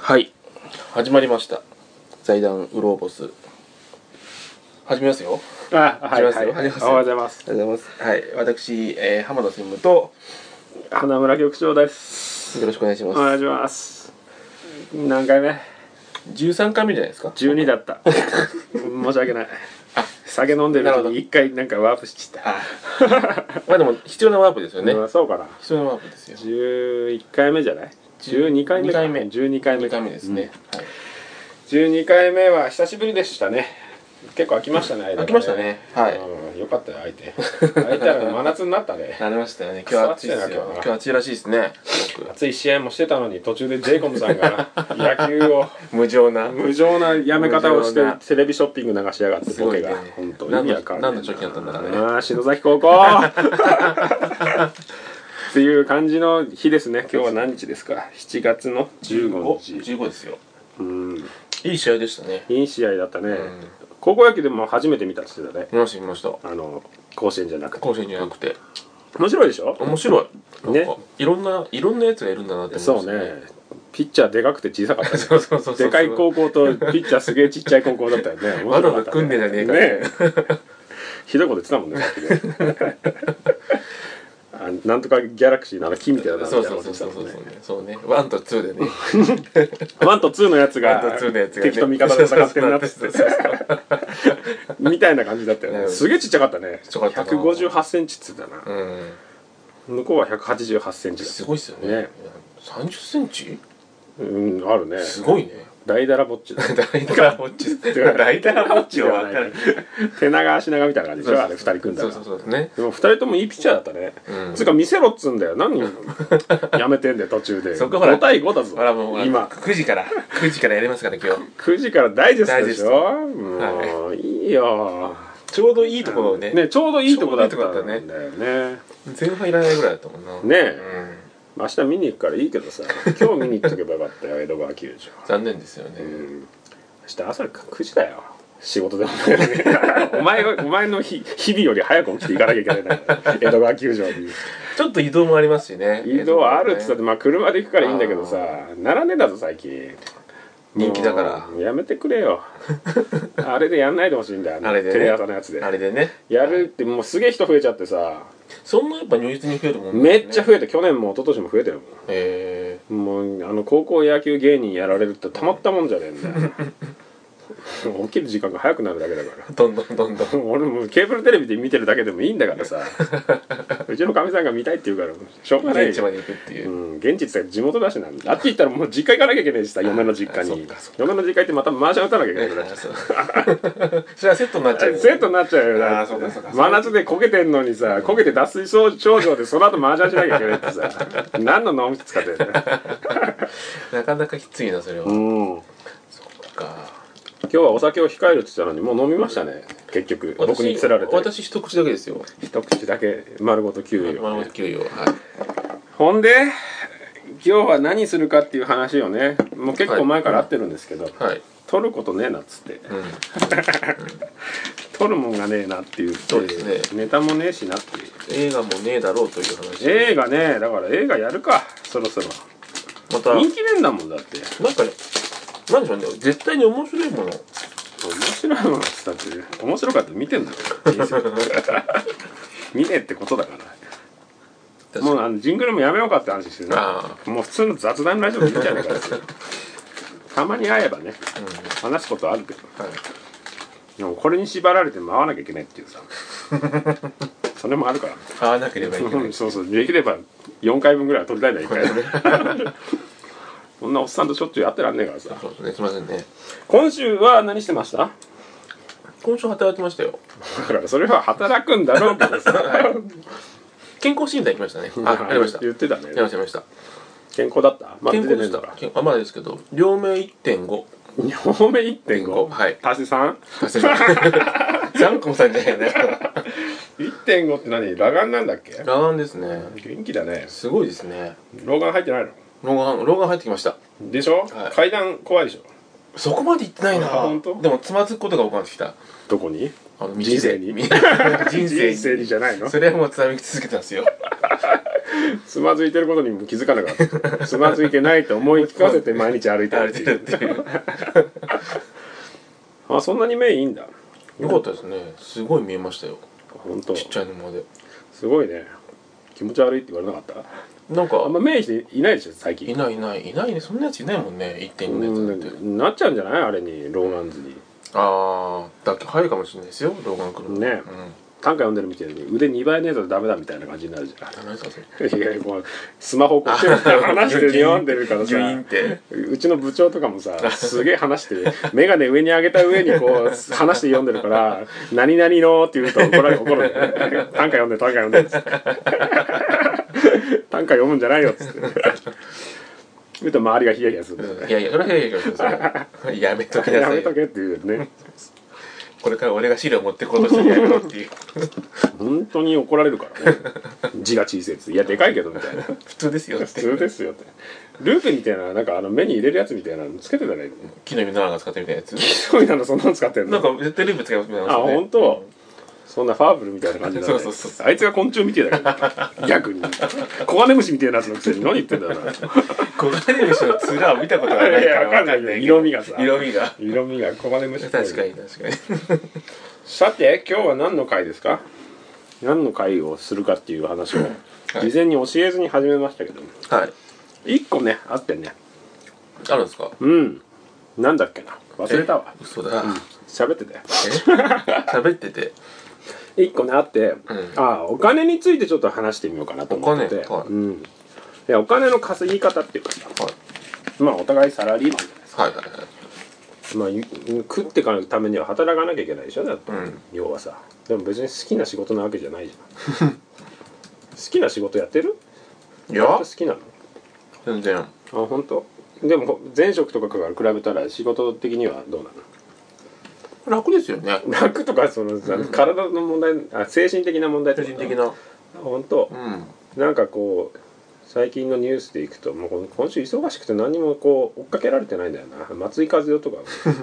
はい始まりました財団ウローボス始めますよあ、はい、はい、はい、おはよ始めますうございます。ありがとうございますはい私、えー、浜田専務と花村局長です。よろしくお願いしまおす、願いします。何回目13回目じゃないですか ?12 だった。申し訳ない。酒飲んでるなるほ時どに一回なんかワープしちゃっあ まあでも必要なワープですよた。 ねうんそうかな。必要なワープですよ11回目じゃない ?12 回目か。二回目12回目2か回目ですね、 12回目は久しぶりでしたね。結構飽きましたね、間がはい、開きました。ねはいうんよかったよ、相手。相手は真夏になったね。なりましたよね今日は暑いです暑いなよ今日は今日は暑いらしいですねすごく熱い試合もしてたのに途中でジェイコムさんが野球を無情な無情なやめ方をし無て情なテレビショッピング流しやがってすボごケいねが本当意何味のわかんない何の時だったんだろうねああ篠崎高校っていう感じの日ですね今日は何日ですか7月の15日15ですようんいい試合でしたねいい試合だったね、ん高校野球でも初めて見たって言ってたね見ました見ましたあの甲子園じゃなくて甲子園じゃなくて面白いでしょ面白いねなんかいろんないろんなやつがいるんだなって思いそまうしたねピッチャーでかくて小さかったね そうそうそうそうでかい高校とピッチャーすげえちっちゃい高校だった よね。わざわざ組んでんじゃねえかえ か。ねひどいこと言ってたもんね、さっきねあなんとかギャラクシーなら金みたいなのそうみたいそなうこそうと言ってそたうそもんうねそうねワンとツーでねワンとツーのやつワンがとツーのやつがね敵と味方で戦ってるなってそうそうそうみたいな感じだったよねね。すげえちっちゃかったね。ちっちゃかったな158センチっつってたな。うん向こうは188センチだすごいっすよねね三十センチうん、あるね。すごいね大だらぼっちだ。ライダーボッチライダーボッチは分かる 手長足長みたいな感じでしょ、あれ二人組んだそらう。そうそうねでも二人ともいいピッチャーだったね。うんつうか見せろっつうんだよ。何やめてんだよ途中で。そこほら5対5だぞほらもうほら。今9時から9時からやりますから今日9時からダイジェストでしダょ。イジェストもういいよ。ちょうどいいところをねねちょうどいいとこだったちょうどいいとこだったねんだよね。前半いらないぐらいだったもんなねうえん明日見に行くからいいけどさ、今日見に行っとけばよかったよ江戸川球場。残念ですようねん明日朝9時だよ。仕事でもないのに お前がお前の日日々より早く起きて行かなきゃいけないんだから江戸川球場に。ちょっと移動もありますしね移動あるっつったってまあ車で行くからいいんだけどあさ並んでたぞ最近人気だからもうやめてくれ よあれでやんないでほしいんだよ、あれでねテレ朝のやつであれでねやるってもうすげえ人増えちゃってさそんなやっぱ如実に増えるもんめっちゃえ増えて去年も一昨年も増えてるもんえもうあの高校野球芸人やられるってたまったもんじゃねえんだよ 起きる時間が早くなるだけだかーらどんどんどんどん俺もうケーブルテレビで見てるだけでもいいんだから さうちのかみさんが見たいって言うからしょうがないよ現地まで行くっていうう、ん、現地って地元だしなあっち行ったらもう実家行かなきゃいけないしさ嫁の実家あそっにかそっ嫁の実家行ってまたマージャン打たなきゃいけないからあ そうそれはセットになっちゃうよセットになっちゃうよあーだってそうかそうか真夏で焦げてんのにさ焦げて脱水症状でその後マージャンしなきゃいけないってさ 何の脳みそ使ってんだよなかなかきついなそれは、今そっか日はお酒を控えるって言ったのにもう飲みましたね結局僕に釣られて私一口だけですよ一口だけ丸ごとキウイ丸をごと給与はいほんで今日は何するかっていう話をねもう結構前から合ってるんですけど、はい、取ることねえなっつってうん、撮るもんがねえなっていうそうですネタもねえしなっていう映画もねえだろうという話映画ねだから映画やるかそろそろまたなん人気面だもんだってかなんでしょうね絶対に面白いもの面白いものっつったって面白かったら見てんだから人生見ねえってことだからもうあのジングルもやめようかって話してるあなもう普通の雑談ラジオでいいんじゃない かっていうたまに会えばね話すことあるけどはい、でもこれに縛られても会わなきゃいけないって いうさそれもあるから買わなければいけない、うんそうそうできれば4回分ぐらいは取りたいな1回こんなおっさんとしょっちゅうやってらんねえから さそうですねすいませんね今週は何してました今週働きましたよだからそれは働くんだろうけどさ健康診断行きましたねあありました言ってたやりまねしたやりました健康だったまだ健出康てねでえんしだたから健あまだですけど両目1.5両目 1.5はい足し 3? ジャンコさんじゃないんだよ1.5って何裸眼なんだっけ裸眼ですね元気だねすごいですね老眼入ってないの老眼老眼入ってきましたでしょ、はい階段怖いでしょそこまで行ってないなあ本当でもつまずくことが多くなってきたどこにあの人生に道で 人生に人生にじゃないのそれはもうつなぎ続けてますよつまずいてることにも気づかなかったつまずいてないと思い聞かせて毎日歩いてるっていうて いうあそんなに目いいんだよかったですねすごい見えましたよ本当ちっちゃいのまですごいね気持ち悪いって言われなかっなんたあかんま目していないでしょ最近いないいないいないねそんなやついないもんね1.2のやつなんてうんなっちゃうんじゃないあれに老眼図にああだって早いかもしれないですよ老眼くんね短歌読んでるみたいに腕2倍ねえとダメだみたいな感じになるじゃんうん何ですかそれいやいやもうスマホこっち向いて話して読んでるから ギさュインってうちの部長とかもさすげえ話して眼鏡上に上げた上にこう話して読んでるから「何々の」って言うと怒られ怒るんだよね短歌読んで短歌読んでっつって短歌読むんじゃないよっつって言うと周りがヒヤヒヤするんだよねうんいやいやそれは早いかもしれない やめときなやさめいとよけっていうねこれから俺が資料持ってこうとしてるやめろっていう 本当に怒られるからね字が小さいっつっていやでかいけどみたいな普通ですよっ普て通ですよってルーペみたいななんかあの目に入れるやつみたいなのつけてたね木の実の穴が使ってるみたいなやつそういうのそんなの使ってんのなんか絶対ループ使いますみたいなあ本当、そんなファーブルみたいな感じなんだねそうそうそ あいつが昆虫みてえだけど逆にコガネムシみたいなやつのくせに何言ってんだよなコガネムシの面を見たことがないいからやい やわかんないね色味がさ色味が色味がコガネムシっぽい確かに確かにさて今日は何の回ですか何の回をするかっていう話をはい事前に教えずに始めましたけど、はい一1個ねあってねあるんですかうんなんだっけな忘れたわ嘘だ喋ってたよえ喋ってて1個ねあって、んああお金についてちょっと話してみようかなと思っててお金はいうん、でお金の稼ぎ方っていうかさまあお互いサラリーマンじゃないですはいはいはいか、まあ、ゆ食ってかくためには働かなきゃいけないでしょだって、うん要はさでも別に好きな仕事なわけじゃないじゃ ん好きな仕事やってるいや好きなの全然あ本当でも前職とかから比べたら仕事的にはどうなの楽ですよね 楽とかそのさ体の問題あ精神的な問題って個こと人的な本当うんなんかこう最近のニュースでいくともう今週忙しくて何にもこう追っかけられてないんだよな松井和 代とか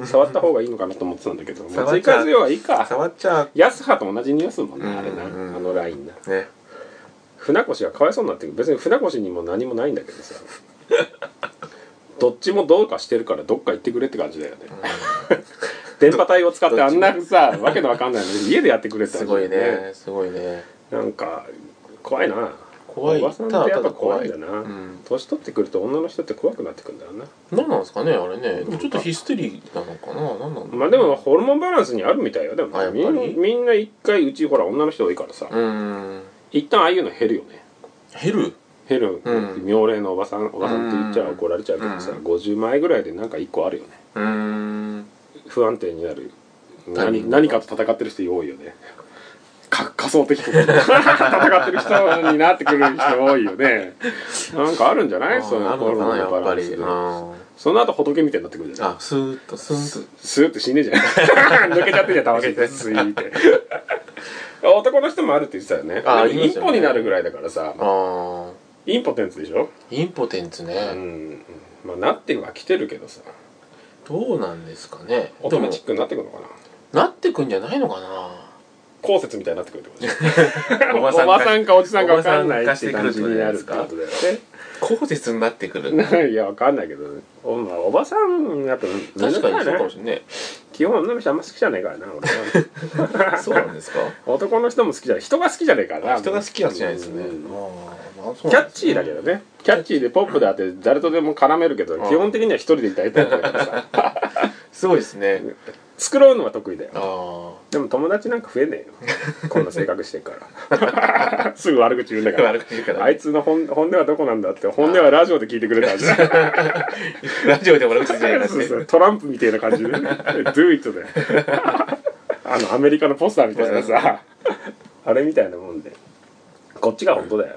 触った方がいいのかなと思ってたんだけど触っ松井和代はいいか触っちゃ安葉と同じニュースもねあれな、うんうんうんあのラインなうね船越がかわいそうになってくる別に船越にも何もないんだけ どさどっちもどうかしてるからどっか行ってくれって感じだよね、電波帯を使ってあんなさわけのわかんないのに家でやってくれってす感じだごよいねすごいねなんか怖いな怖いおばさんってやっぱ怖いんただだな、怖いうん年取ってくると女の人って怖くなってくるんだよな何なんですかねあれねちょっとヒステリーなのかな何なんだろうまあでもホルモンバランスにあるみたいよでもあやっぱみりんみんな一回うちほら女の人多いからさ、うーん一旦ああいうの減るよね減る減る、うん妙齢のおばさんおばさんって言っちゃうん怒られちゃうけどさ、うん50前ぐらいでなんか一個あるよねうーん不安定になるタイミン何グ何かと戦ってる人多いよねか仮想 的とか戦ってる人になってくる人多いよねなんかあるんじゃないそのあホルるのモかなンやのバっラぱンスりであその後仏みたいになってくるじゃんーあスーッとスーッスーって死ねえ じゃん抜けちゃってんじゃんたわけでスイーって男の人もあるって言ってたよねあーでも言いまインすよねポになるぐらいだからさとああインポテンツでしょインポテンツね、うんまあなっては来てるけどさどうなんですかねオでトマもチックになってくるのかななってくんじゃないのか な後節みたいになってくるってことでしょおおばさんかおじさんか分かんないおばっさんて化してくるって感じことにじゃなないでるっすてかことだよ口実になってく るねいや分かんないけどねお,、まあ、おばさんやっぱ確かにそうかねもしれない基本女の人あんま好きじゃないからな俺 はそうなんですか男の人も好きじゃ ない人が好きじゃないからな人が好きなんじゃないですねうんああキャッチーだけどねキャッチーでポップであって誰とでも絡めるけど基本的には一人でいたいタイプだか らさすごいですね繕うのは得意だよあでも友達なんか増え ねえよこんな性格してるから すぐ悪口言うんだあか悪らく言うからあいつの本本音はどこなんだって本音はラジオで聞いてくれたんじゃん ラジオでも悪口じゃないなっそうてそうトランプみたいな感じ で「Do it」で あのアメリカのポスターみたいなさ あれみたいなもんでこっちが本当だよ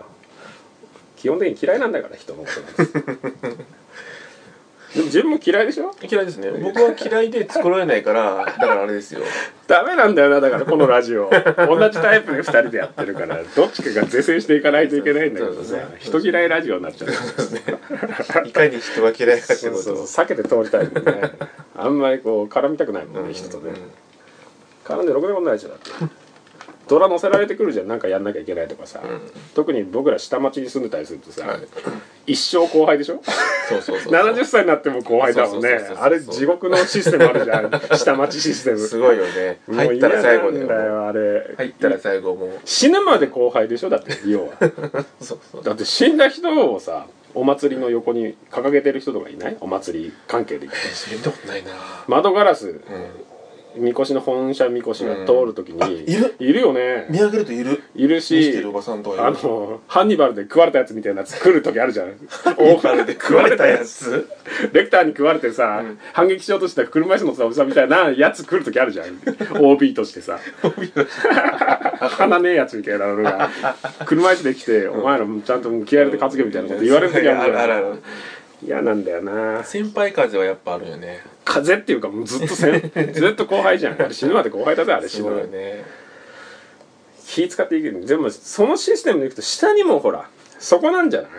基本的に嫌いなんだから人のことなんて でも自分も嫌いでしょ嫌いですね僕は嫌いで作られないからだからあれ ですよダメなんだよなだからこのラジオ同じタイプで2人でやってるからどっちかが是正していかないといけないんだけどそうさそうそう人嫌いラジオになっちゃういかに人が嫌いかってそうこそうとを避けて通りたいも んねあんまりこう絡みたくないもんね、人とうねん絡んでろくでもないじゃんだってドラ乗せられてくるじゃんなんかやんなきゃいけないとかさ、特に僕ら下町に住んでたりするとさ、はい一生後輩でしょそうそうそう70歳になっても後輩だもんそねうそうそうそうあれ地獄のシステムあるじ ゃん下町システムすごいよねもう入ったら最後だ嫌よなんだよあれ、入ったら最後もう死ぬまで後輩でし ょだって要はそうそうだって死んだ人をさお祭りの横に掲げてる人とかいないお祭り関係で言ったらそれ見たことないな窓ガラスうんみこしの本社みこしが通るときに、うんあいるいるよね見上げるといるいる見ししてるおばさんとかいるあのハンニバルで食われたやつみたいなやつ来る時あるじゃ ん大あれで食われたやつレクターに食われてさ、反撃しようとした車椅子のさおじさんみたいなやつ来る時あ るじゃん OB としてさ鼻ねえやつみたいなのが車椅子で来て「お前らもちゃんともう気合入れて担げ」みたいなこと言われる時あるじあるゃあんるある嫌なんだよな先輩風はやっぱあるよね風邪っていうかもうずっとせ んずっと後輩じゃんあれ死ぬまで後輩だぜあれす死ぬごまいでよね気使っていいけどでもそのシステムでいくと下にもほらそこなんじゃない、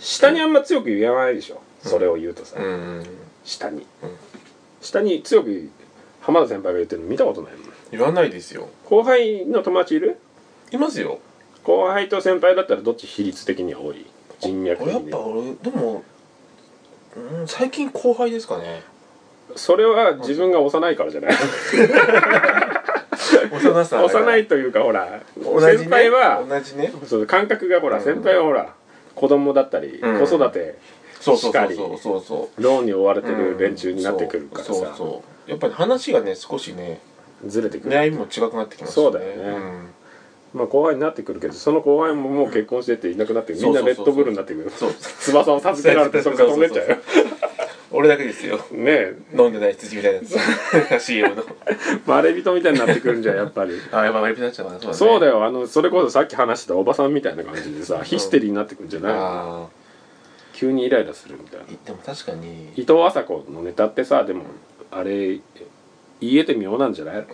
下にあんま強く言わないでしょ、それを言うとさ、うん下に、下に強く浜田先輩が言ってるの見たことないもん言わないですよ後輩の友達いるいますよ後輩と先輩だったらどっち比率的には多い人脈俺的やっにぱ俺でもうん最近後輩ですかねそれは自分が幼いからじゃない 幼さ幼いというかほら同じね先輩は同じねその感覚がほら、先輩はほら子供だったり、うん子育てそうそうしかそうりそうそうそうローンに追われてうるん連中になってくるからさ、そうそうそうやっぱり話がね少しねずれてくる、悩みも違くなってきますそうだよねうんまあ後輩になってくるけどその後輩ももう結婚してていなくなってみんなレッドブルになってくるそう翼を授けられてそっから飛んでっちゃうよ俺だけですよねえ飲んでない羊みたいな やつ CM のまれ人みたいになってくるんじゃんやっぱりあやっぱマリピになっちゃうからそうだよよあのそれこそさっき話してたおばさんみたいな感じでさヒステリーになってくるんじゃないあ急にイライラするみたいなあでも確かに伊藤麻子のネタってさでもあれ言えて妙なんじゃない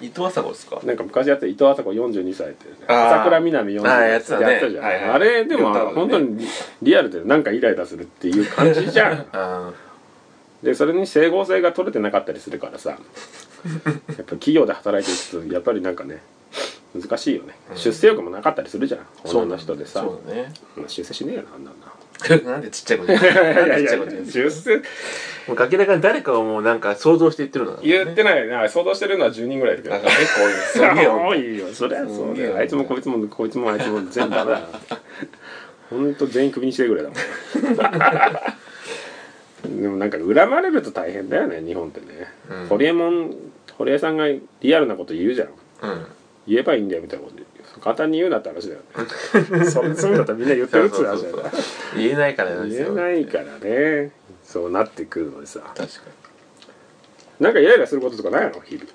伊藤麻子ですかなんか昔やってた伊藤麻子42歳ってあー朝倉みなみ42あー歳ややっっててたねたじゃん、はいはいあれで言も、ったもん本ね当にリリアルでなんかイライラするっていう感じじゃんあでそれに整合性が取れてなかったりす るからさやっぱ企業で働いてるとやっぱりなんかね難しいよね、出世欲もなかったりするじゃんあ女の人でさ、そうだ ねまあ出世しねえよなあんなんななんでちっ ちゃいこと言うのなんでちっちゃいこと言うの 出世もうガキだから誰かをもうなんか想像して言ってるの言ってないな想像してるのは10人ぐらいいるけどなんか結構多いですげえ多多い いよそりゃそうすだげえよあいつもこいつもこいつもあいつも全部ダ メだ本当全員クビにしてるぐらいだ もんでもなんか恨まれると大変だよね日本ってね、うんホリエモン堀江さんがリアルなこと言うじゃんうん言えばいいんだよみたいなこと言う簡単に言うなって話だよ ねそれそうだったらみんな言ってそるうっつそうう話そだうよねそう言えないからなんです言よえないからねそうなってくるのでさ確かなんかイライラすることとかないの日々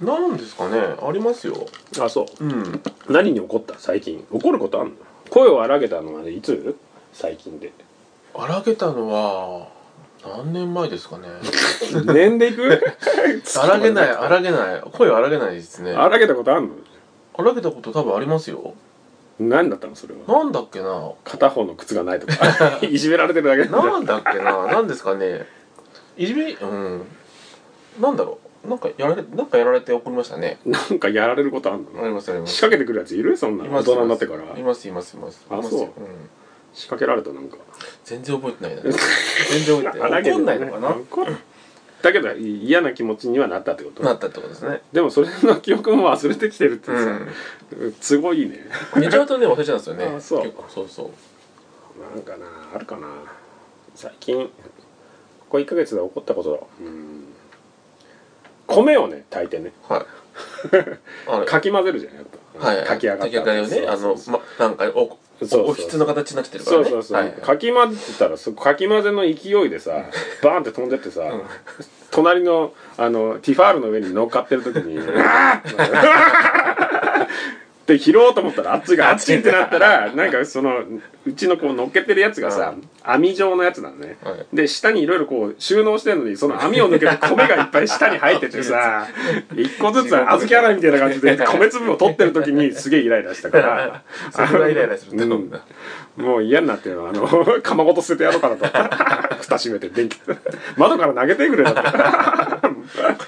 になんですかねありますよあそううん何に怒った最近怒ることあんの声を荒げたのはねいつ最近で荒げたのは何年前ですか ね年でいく 荒げない荒げない声荒げないですね荒げたことあんの荒げたこと多分ありますよ何だったのそれはなんだっけな片方の靴がないとか いじめられてるだけなんだなんだっけななんですかねいじめうんなんだろうなんかやられなんかやられて怒りましたねなんかやられることあんのありますありま仕す掛けてくるやついるそんない大ます人になってからいますいますいますあいますそうよん仕掛けられたなんか全然覚えてないな全然覚 えてない怒んないのかな怒るだけどい嫌な気持ちにはなったってことなったってことですねでもそれの記憶も忘れてきてるってさ、すごいねめちゃめちゃね忘れちゃうんですよねあそう結構そうそうなんかなあるかな最近ここ1ヶ月で起こったことだうん米をね炊いてねはいあれ かき混ぜるじゃんやっぱ、はい、炊き上がった炊き上がりをねあのそうまなんかおそうそうおひつの形になってるからそうねそうそう、はいかき混ぜてたらそかき混ぜの勢いでさバーンって飛んでってさ、隣のあのティファールの上に乗っかってる時に「あーって で拾おうと思ったらあっちがあっちってなったらなんかそのうちのこう乗っけてるやつがさ、網状のやつなのね、はいで下にいろいろこう収納してるのにその網を抜けて米がいっぱい下に入って てさ一個ずつ小豆洗いみたいな感じで米粒を取ってる時にすげえイライラし たからそれぐらいイライラするんだろうなもう嫌になってるあの 釜ごと捨ててやろうかなと蓋閉めて電気窓から投げてくれだって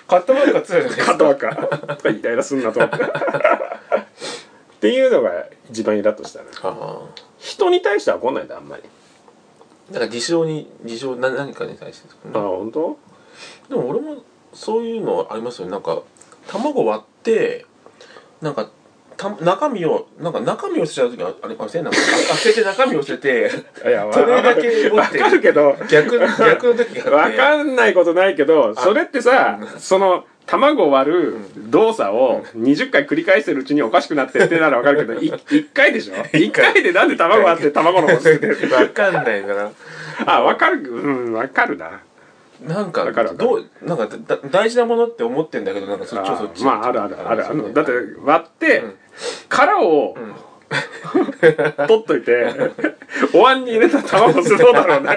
カットバックは強いじゃないですカかットばっかイライラすんなと思ってっていうのが一番イラッとしたねあ人に対しては怒んないんだあんまり、あなんか事象に事象な何かに対してですかねああ本当でも俺もそういうのありますよねなんか卵割ってなんかた中身をなんか中身を捨てちゃう時ああれあせんなんかあ開けて中身を捨てて いやそれだけ持わってかるけど逆逆の時があっわてかんないことないけどそれってさその卵を割る動作を20回繰り返してるうちにおかしくなってってならわかるけど1回でしょ1回でなんで卵割って卵の方捨ててるわかんないからあわかるうんわかるななんかわかるわかるどうなんかだだ大事なものって思ってんだけどなんかそっちあはそっちまああるあるあるあそうるねだって割ってうん殻を取っといて お椀に入れた卵すどうだろう ね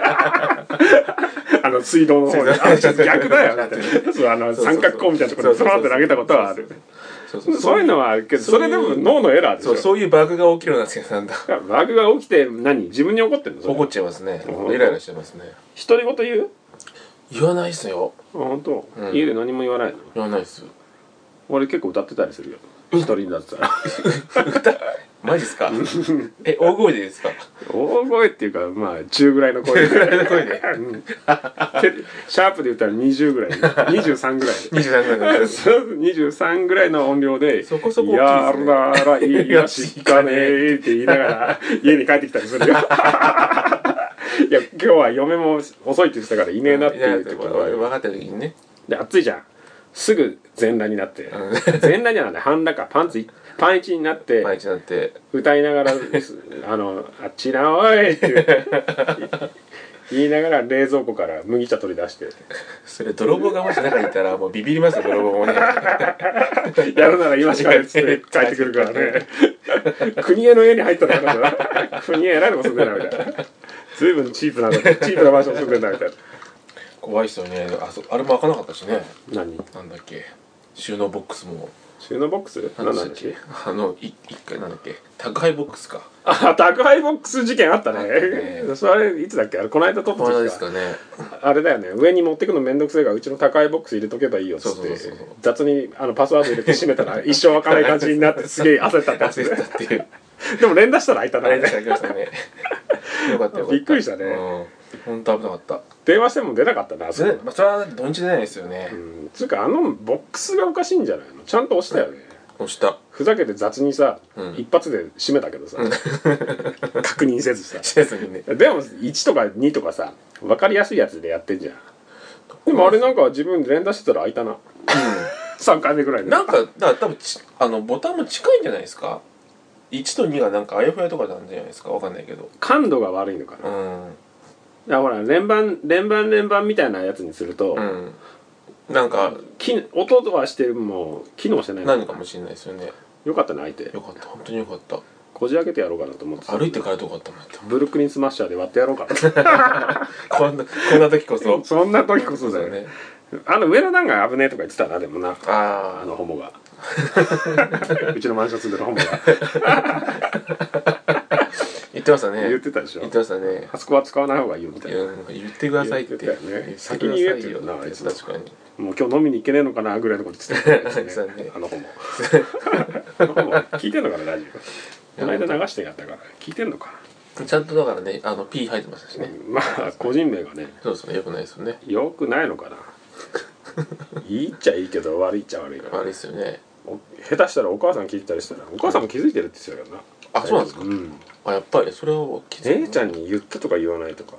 あの水道の方で水道あちょっと逆だなよだっっててるそうあの そうそう三角コーンみたいなところにそそうそうそのうって投げたことはあるそうそうそういうのはあるけどそうそいうれでも脳のエラーでしそうょそういうバグが起きるようなやつがなんだバグが起きて何自分に怒ってんのそれ怒っちゃいますねうんイライラしてますね独り言言う言わないっすよあ本当うん家で何も言わないの言わないっす 俺結構歌ってたりするよ一人になってたらマジっす かえ大声でですか大声っていうかまあ中ぐらいの声で大声でうんてシャープで言ったら20ぐらい23ぐらい23ぐらいです23ぐらいの音量で「そこそこ大きいやですねららいやしかねえ」って言いながら家に帰ってきたり するよいや今日は嫁も遅いって言ってたからいねえなっていう時は分かった時にねで暑いじゃんすぐ全裸になって全裸にはならない半裸かパンツいパン一になって毎日なんて歌いながら「あのあっちなおい」って言いながら冷蔵庫から麦茶取り出してそれ泥棒がもし中にいたらもうビビりますよ泥棒もね「やるなら今しかや」っつって帰ってくるからね国江の家に入ったのかな国江偉いとこ住んでんなみたいな随分チープなチープな場所に住んでんなみたい怖いっすよねあそあれも開かなかったしねな何なんだっけ収納ボックスも収納ボックス何なんだっけあのい一回なんだっけ宅配ボックスかあ宅配ボックス事件あったねあったねそれいつだっけあれこの間撮ったこれ時ですかねあれだよね上に持ってくのめんどくせえからうちの宅配ボックス入れとけばいいよっつっそうてそうそうそう雑にあのパスワード入れて閉め たら一生開かない感じになってすげえ焦ったってやつ焦ったっていうでも連打したら開いたあれねで開きましたねよかったよかったびっくりしたねうん本当危なかった電話しても出なかったなあそそれこまあそれは土日出ないですよねうんつうかあのボックスがおかしいんじゃないのちゃんと押したよね押したふざけて雑にさ、うん一発で閉めたけどさ 確認せずさせずにねでも1とか2とかさ分かりやすいやつでやってんじゃんでもあれなんか自分連打してたら開いた な3回目ぐらいでなんかだから多分ちあのボタンも近いんじゃないですか1と2がなんかあやふやとかなんじゃないですかわかんないけど感度が悪いのかなうんだからほら連番連番連番みたいなやつにすると、うんなんかき音はしても機能してない何かもしれないですよねよかったね相手よかった本当によかったこじ開けてやろうかなと思ってた歩いてからどこだったもんってブルックリンスマッシャーで割ってやろうかなこんなこんな時こ そそんな時こそだよねあの上の段が危ねえとか言ってたなでもなあああのホ モがうちのマンション住んでるホモが言ってましたね言ってたでしょ言ってましたねあそこは使わない方がいいよみたいいやななんか言ってくださいって言ってたよねください先に言えって言うなあいつ確かにもう今日飲みに行けねえのかなぐらいのこと言って た、そうねあのホモあのホモ聞いてんのかなラジオこの間流してやったから聞いてんのかなちゃんとだからねあの P 入ってましたしねまあ個人名がねそうですねよくないですよねよくないのかな いいっちゃいいけど悪いっちゃ悪いから悪いですよねお下手したらお母さん聞いてたりしたらお母さんも気づいてるって言ってたけどなあそうなんですかうんあやっぱりそれは気づい姉ちゃんに言ったとか言わないとか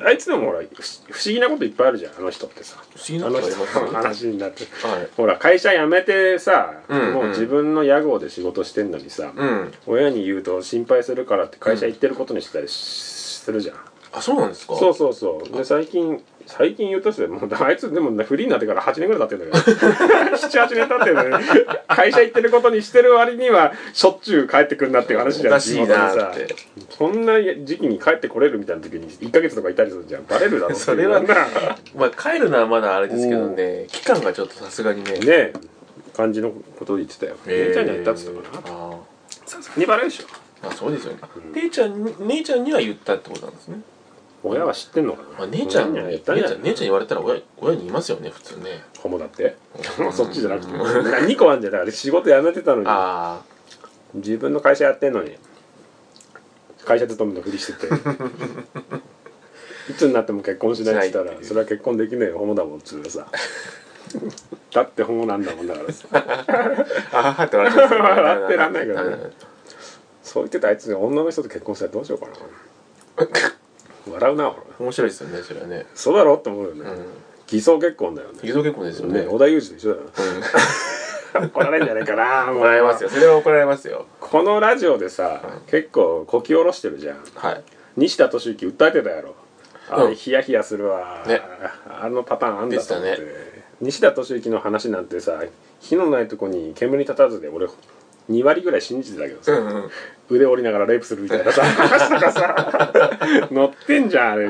あいつでもほらふし不思議なこといっぱいあるじゃんあの人ってさ不思議あなことありの人ますよのね話になってはいほら会社辞めてさ、うんもう自分の屋号で仕事してんのにさ、うん親に言うと心配するからって会社行ってることにしてたりしするじゃんあそうなんですかそうそうそうで最近最近言うとしてもうあいつでもねフリーになってから8年ぐらい経ってるんだけど78 年経ってるのに会社行ってることにしてる割にはしょっちゅう帰ってくんなっていう話おじゃんかしいなーっ地元にてさそんな時期に帰ってこれるみたいな時に1ヶ月とかいたりするじゃんバレるだろうそれはなねまあ帰るのはまだあれですけどね期間がちょっとさすがにねえ感じのことを言ってたよ姉ちゃんには言ったっつったかなあさすがにバレるでしょーあそうですよね姉ちゃんに姉ちゃんには言ったってことなんですね親は知ってんのかな、まあ、姉ちゃんにには姉言っちゃたんんじゃ姉ちゃんに言われたら親親に言いますよね普通ねホモだって うんそっちじゃなくて2個あんじゃんだから仕事辞めてたのにあ自分の会社やってんのに会社勤めのふりして ていつになっても結婚しないって言ったしないってらいうそれは結婚できねえよホモだもんっつうからさだってホモなんだもんだからさあああって笑っちゃう笑ってらんないからねあーそう言ってたあいつが女の人と結婚したらどうしようかな笑うな俺面白いですよねそれはねそうだろって思うよね、うん偽装結婚だよね偽造結婚ですよねね織田裕二と一緒だよね怒られんじゃないかなも怒られますよそれは怒られますよこのラジオでさ結構こき下ろしてるじゃんはい西田敏行訴えてたやろあうれんヒヤヒヤするわ、ねあのパターンあんだと思って、で西田敏行の話なんてさ火のないとこに煙立たずで俺2割ぐらい信じてたけどさ、うんうん腕折りながらレイプするみたい なさ話とかさ乗ってんじゃんあれ、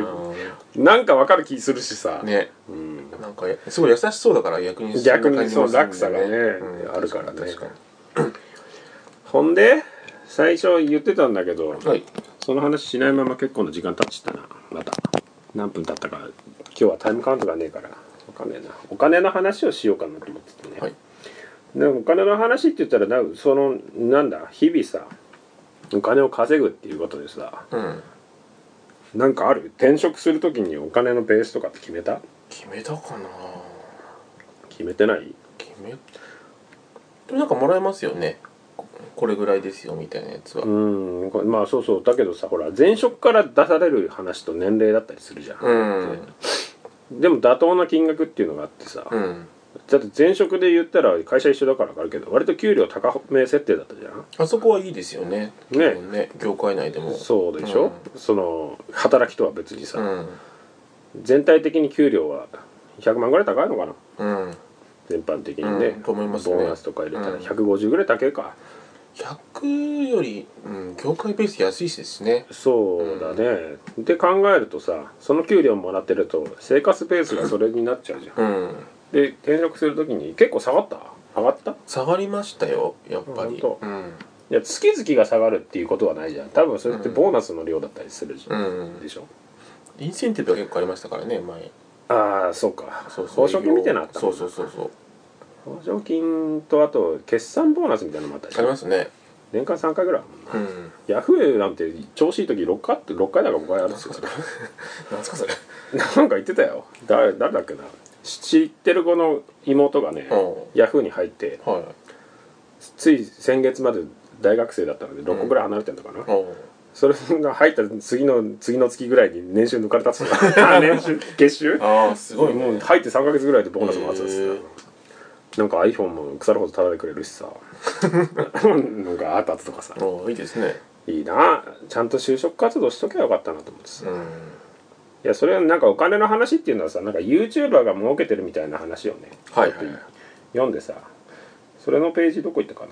なんかわかる気するしさ、ねうん、なんかすごい優しそうだから逆に逆にそんうな感落じもす差るんがだね、ようんあるからね確かにほんで最初言ってたんだけど、はいその話しないまま結構な時間経っちゃったなまた何分経ったか今日はタイムカウントがねえからお金なお金の話をしようかなと思っててね、はいでもお金の話って言ったらなそのなんだ日々さお金を稼ぐっていうことでさうんなんかある転職する時にお金のベースとかって決めた決めたかな決めてない決めでもなんかもらえますよねここれぐらいですよみたいなやつはうんこれまあそうそうだけどさほら前職から出される話と年齢だったりするじゃん、うんでも妥当な金額っていうのがあってさ、うんだって前職で言ったら会社一緒だから分かるけど割と給料高め設定だったじゃんあそこはいいですよねねね業界内でもそうでしょ、その働きとは別にうさ、ん全体的に給料は100万ぐらい高いのかなうん全般的にね、うんと思いますねボーナスとか入れたうらん150ぐらい高いか、 100より、うん、業界ベース安いしですねそうだね、で考えるとさその給料もらってると生活ベースがそれになっちゃうじゃんうんで転職するときに結構下がった上がった下がりましたよやっぱりあ本当うんいや月々が下がるっていうことはないじゃん多分それってボーナスの量だったりするじゃ、うんんでしょインセンティブが結構ありましたからね前ああそうかそう報奨金みたいなのあったそうそうそうそう報奨金とあと決算ボーナスみたいなのもあったでしありょますね年間3回ぐらいあるもんなうんヤフーなんて調子いい時6回って6回だか5回あるんですよ何すかそれなんか言ってたよ誰誰だっけな知ってる子の妹が ねうヤフーに入ってはつい先月まで大学生だったので6個ぐらい離れてんのかな、いおうそれが入った次の次の月ぐらいに年収抜かれた っつってたあ年収月収ああすごいねもう入って3ヶ月ぐらいでボーナスもらってたんですよへなんか iPhone も腐るほどただでくれるしさなんかあったとかさおういいですねいいなちゃんと就職活動しとけばよかったなと思ってさ、ういんやそれはなんかお金の話っていうのはさなんか YouTuber が儲けてるみたいな話をね、はいちょっと読んでさそれのページどこ行ったか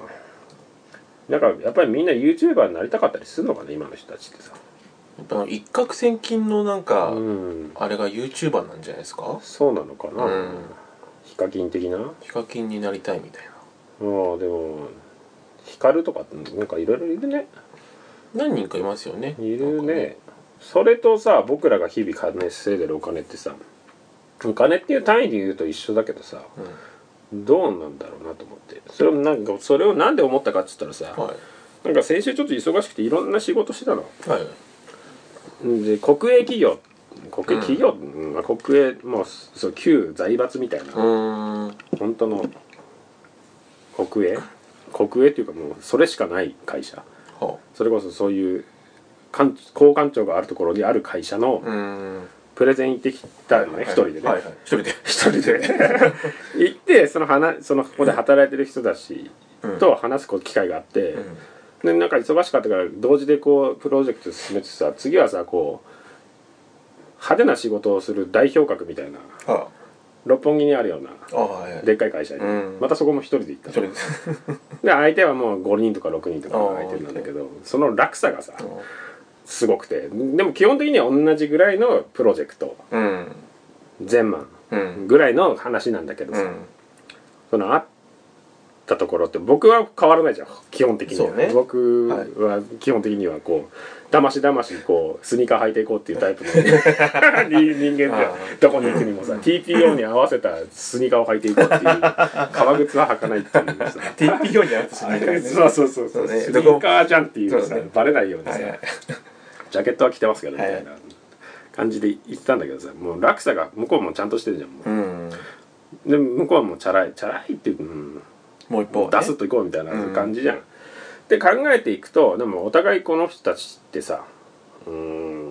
ななんかやっぱりみんな YouTuber になりたかったりするのかな今の人たちってさやっぱ一攫千金のなんか、うんあれが YouTuber なんじゃないですかそうなのかな、うんヒカキン的なヒカキンになりたいみたいなまあでも光とかってなんかいろいろいるね何人かいますよねいるねそれとさ僕らが日々金稼いでるお金ってさお金っていう単位で言うと一緒だけどさなんかねどうなんだろうなと思ってそれをなんかそれをなんで思ったかっつったらさうん、はなんか先週ちょっと忙しくていろんな仕事してたのいはいで国営企業国営企業、うんまあ国営もうそう旧財閥みたいなうーん本当の国営国営っていうかもうそれしかない会社はそれこそそういう官高官庁があるところにある会社のあうーんプレゼン行ってきたのね、一人でね、はいはい一人で一人で 行ってその話そのここで働いてる人たちと話すこう機会があって、でなんか忙しかったから同時でこうプロジェクト進めてさ次はさこう派手な仕事をする代表格みたいなは六本木にあるようなああはいはいでっかい会社に、うんまたそこも一人で行った一の人でで相手はもう5人とか6人とかの相手なんだけどその落差がさすごくてでも基本的には同じぐらいのプロジェクトうん全万うんぐらいの話なんだけどうさ、んそのあたところって僕は変わらないじゃん基本的には、そうね僕は基本的にはこうだましだましこうスニーカー履いていこうっていうタイ プの人人間あでどこに行くにもさ TPO に合わせたスニーカーを履いていこうっていう革靴は履かないっていうさ TPO に合わせてスニーカーね そうそうそうそうそうねスニーカーじゃんっていうそさうねバレないようにさ、はいはいジャケットは着てますけどみたいなは感じで言ってたんだけどさもう落差が向こうもちゃんとしてるじゃんもううんで向こうはもうチャラいチャラいっていう、うん、もう一方はね出すといこうみたいな感じじゃん、で考えていくとでもお互いこの人たちってさうーん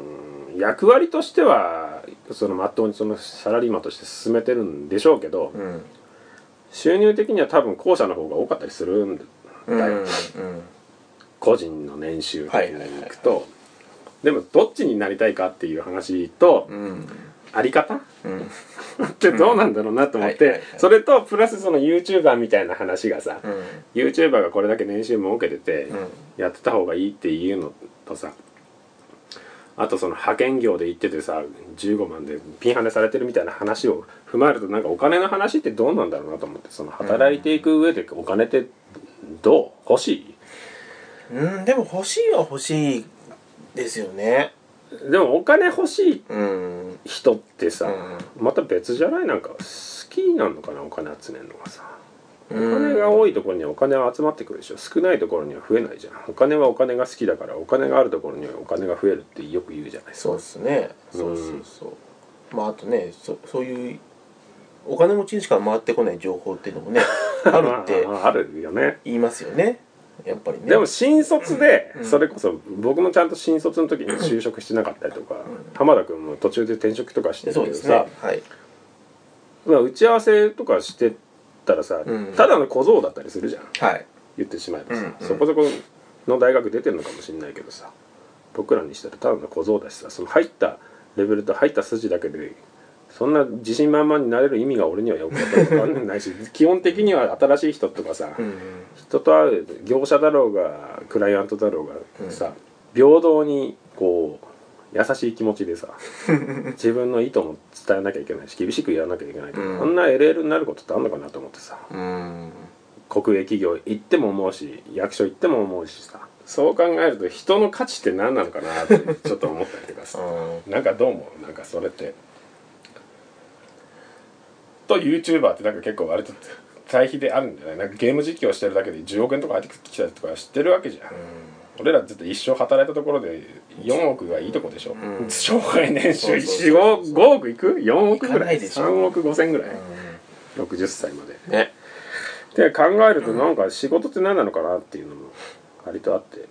役割としてはそのまっとうにそのサラリーマンとして進めてるんでしょうけど、うん収入的には多分後者の方が多かったりするんだよ、うんうん個人の年収的にいくと、でもどっちになりたいかっていう話と、うんあり方うん ってどうなんだろうなと思っうんはいてはいはいそれとプラスその YouTuber みたいな話がさ、うん YouTuber がこれだけ年収儲けててうんやってた方がいいっていうのとさあとその派遣業で行っててさ15万でピンハネされてるみたいな話を踏まえるとなんかお金の話ってどうなんだろうなと思ってその働いていく上でお金ってどう欲しいうんでも欲しいは欲しいですよねでもお金欲しいうん人ってさ、うまた別じゃないなんか好きになるのかなお金集めるのがさ。おお金が多いところにはお金は集まってくるでしょ少ないところには増えないじゃんお金はお金が好きだからお金があるところにはお金が増えるってよく言うじゃないですかそうですねそうそうそうまああとねそそういうお金持ちにしか回ってこない情報っていうの もねあるってまあまああるよね言いますよねやっぱりねでも新卒でうんそれこそ僕もちゃんと新卒の時に就職してなかったりとか浜田君も途中で転職とかしてるけそうどですさねはいまあ打ち合わせとかしてたらさうんただの小僧だったりするじゃんはい言ってしまえばうんさうんそこそこの大学出てるのかもしれないけどさ僕らにしたらただの小僧だしさその入ったレベルと入った筋だけでそんな自信満々になれる意味が俺にはよく分かんないし 基本的には新しい人とかさうん人と会う業者だろうがクライアントだろうがさ平等にこう優しい気持ち でさ自分の意図も伝えなきゃいけないし厳しくやらなきゃいけないけうんどあんな LL になることってあんのかなと思ってさうん国営企業行っても思うし役所行っても思うしさそう考えると人の価値って何なのかなってちょっと思ったりとかさ なんかどうもなんかそれってと YouTuber ってなんか結構割と 対比であるんじゃないなんかゲーム実況してるだけで10億円とか入ってきたりとか知ってるわけじゃん、俺らずっと一生働いたところで4億がいいとこでしょ、うん障害年収そうそうそうそう45億いく4億ぐいからないいでしょ3億5千ぐらい、う60歳までんねで考えるとなんか仕事って何なのかなっていうのも割とあって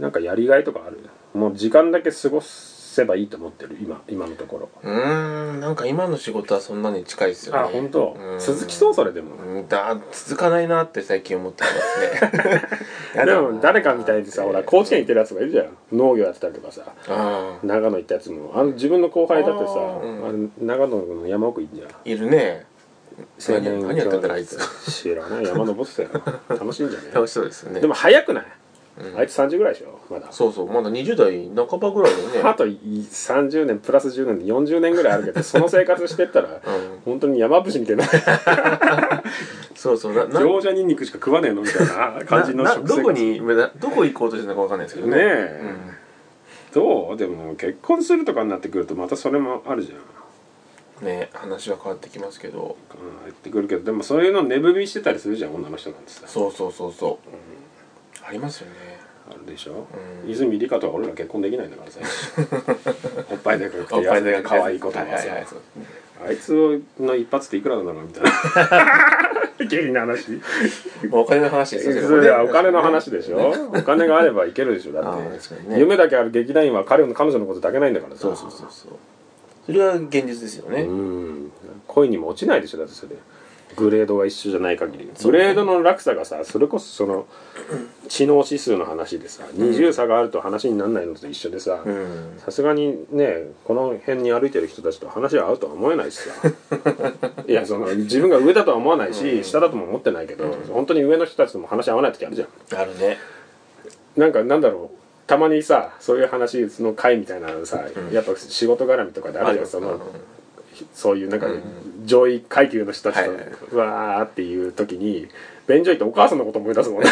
なんかやりがいとかあるもう時間だけ過ごせばいいと思ってる今今のとこうろーんなんか今の仕事はそんなに近いですよねあ本当うん続きそうそれでもうんだ続かないなって最近思ってますね やでだなも誰かみたいにさほら高知県行ってるやつがいるじゃん農業やってたりとかさああ長野行ったやつもあの自分の後輩だってさあーあの長野の山奥行っじゃんいるね青年何何やってんだろうあいつ知らない山登ってたよ楽しいんじゃない楽しそうですよねでも早くないうんあいつ30ぐらいでしょまだそうそうまだ20代半ばぐらいだよあねとい30年プラス10年で40年ぐらいあるけどその生活してった らうん本当に山伏みたいなそうそうなな乗者ニンニクしか食わねえのみたいな感じのな食生活どこに目だどこ行こうとしてるのかわかんないですけどねねえ、うんどうでも結婚するとかになってくるとまたそれもあるじゃんね話は変わってきますけどうん入ってくるけどでもそういうの寝踏みしてたりするじゃん女の人なんてさそうそうそうそうありますよねあるでしょ、うん泉里香とは俺ら結婚できないんだ からさおっぱいでかくておっぱいで可愛い子とかさ、はいはいはいそうあいつの一発っていくらなんだろうみたい な下痢な話もうお金の話ですけどそれはお金の話でしょお金があればいけるでしょだあっー確かにてね夢だけある劇団員は彼の彼女のことだけないんだからさそうそうそうそうそれは現実ですよね、うん恋にも落ちないでしょだってそれグレードが一緒じゃない限りグレードの落差がさそれこそその知能指数の話でさ20差があると話にならないのと一緒でさうんさすがにねこの辺に歩いてる人たちと話は合うとは思えない しさいやその自分が上だとは思わないし下だとも思ってないけど本当に上の人たちとも話合わない時あるじゃんあるねなんかなんだろうたまにさそういう話その会みたいなのさ、やっぱ仕事絡みとかであるじゃんその、うんそういうなんか、上位階級の人たちと、はいはいうわーっていう時に便所行ってお母さんのこと思い出すも んね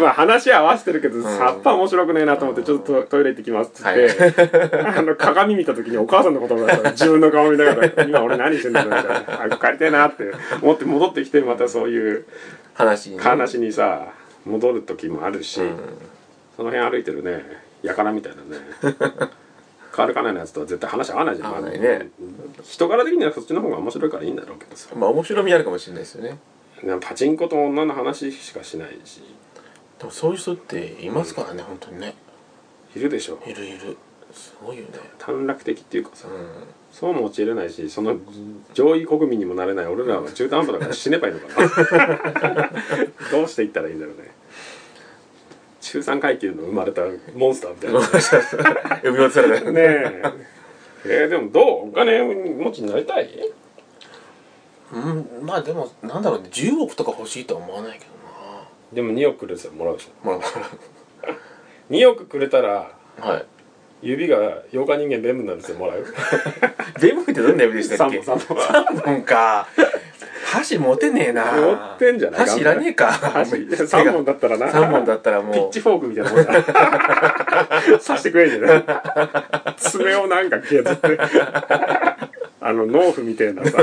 まあ話合わせてるけどさっぱ面白くねえなと思ってちょっとトイレ行ってきますっつって、 あの鏡見た時にお母さんのこと思い出した自分の顔見ながら今俺何してんだろうみたいなあ帰りたいなって思って戻ってきてまたそういう話にね話にさ戻る時もあるし、うんその辺歩いてるねやからみた いなねカールカナイのやつとは絶対話合わないじゃん合わないね人柄的にはそっちの方が面白いからいいんだろうけどさまあ面白みあるかもしれないですよねなんかパチンコと女の話しかしないしでもそういう人っていますからね、本当にねいるでしょいるいるすごいよね短絡的っていうかさ、うん そうも陥れないしその上位国民にもなれない俺らは中途半端だから死ねばいいのか などうしていったらいいんだろうね中産階級の生まれたモンスターみたいな呼び寄せられたねえ えーでもどうお金持ちになりたいうんまあでもなんだろうね10億とか欲しいとは思わないけどなでも2億くれたらもらうでしょまあま2億くれたらあはい指が妖怪人間全部になるってもら う全部ってどんな指でしたっけ三本三本3本か箸持てねえな持ってんじゃない箸いらねえか3本だったらな3本だったらピッもチフォークみたいなもんだ 刺してくれんじゃない爪をなんか削ってあの農夫みたいなさ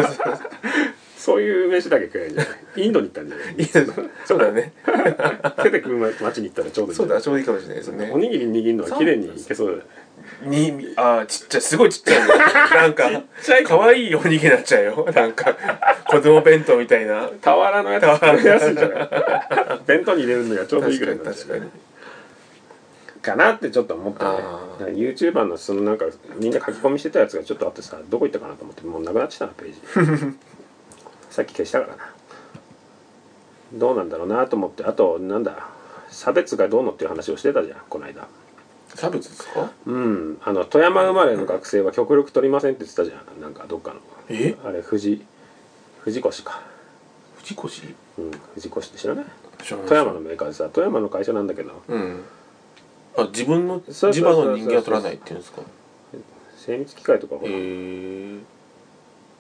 そういう飯だけ食えんじゃないインドに行ったんじゃないういいですそうだね手で食う街に行ったらちょうどいいんじそゃうないだちょうどいいかもしれないですねおにぎり握るのは綺麗にいけそうだよねにあーちっちゃいすごいちっちゃいのなんかちゃい可愛いおにぎりになっちゃうよなんか子供弁当みたいな俵のやつ食べやすいんじゃない弁当に入れるのがちょうどいい確かぐらいになんじゃ確なかいにかなってちょっと思ったねあだから YouTuber のそのなんかみんな書き込みしてたやつがちょっとあってさどこ行ったかなと思ってもうなくなってたなページ さっき消したからなどうなんだろうなと思ってあとなんだ差別がどうのっていう話をしてたじゃんこの間差別ですかうんあの富山生まれの学生は極力取りませんって言ってたじゃんなんかどっかのえあれ富士富士越か藤越知うん富士越って知らないらない富山のメーカーでさ富山の会社なんだけどうんあ自分のそうそうそう地場の人間は取らないっていうんですか精密機械とかほへえら、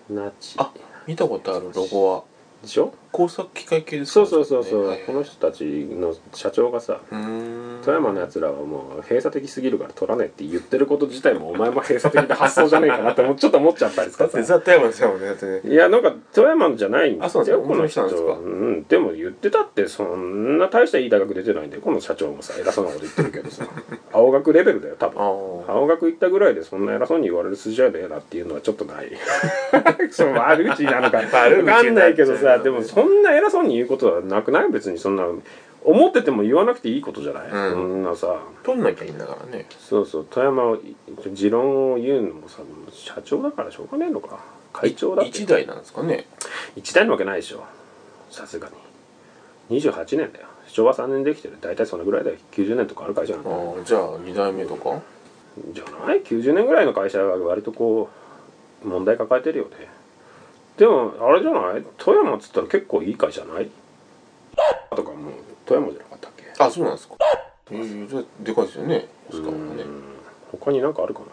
ナチあ見たことあるロゴはでしょ工作機械系ですそかうそうそうそう、はいこの人たちの社長がさうーん富山のやつらはもう閉鎖的すぎるから取らねえって言ってること自体もお前も閉鎖的な発想じゃねえかなっ てもうちょっと思っちゃったりとだっかてさザ・富山ですよねだってねいやなんか富山のじゃないんだよあそうなんですかこの人本当に来たんですかうんでも言ってたってそんな大したいい大学出てないんでこの社長もさ偉そうなこと言ってるけ どさ青学レベルだよ多分ああ青学行ったぐらいでそんな偉そうに言われる筋合いだよなっていうのはちょっとないその悪口なのか分悪口になっちゃうかんないけどさでもそんな偉そうに言うことはなくない別にそんな思ってても言わなくていいことじゃない、うんそんなさ取んなきゃいいんだからねそうそう富山を持論を言うのもさ社長だからしょうがねえのか会長だって一台なんですかね一台なわけないでしょさすがに28年だよ昭和3年できてる大体そのぐらいだよ90年とかある会社なんだよああじゃあ二代目とかじゃない90年ぐらいの会社が割とこう問題抱えてるよねでもあれじゃない富山っつったら結構いい会社ないとかもう富山じゃなかったっけあそうなんですかええじゃあでかいですよねしかもねうん他になんかあるかな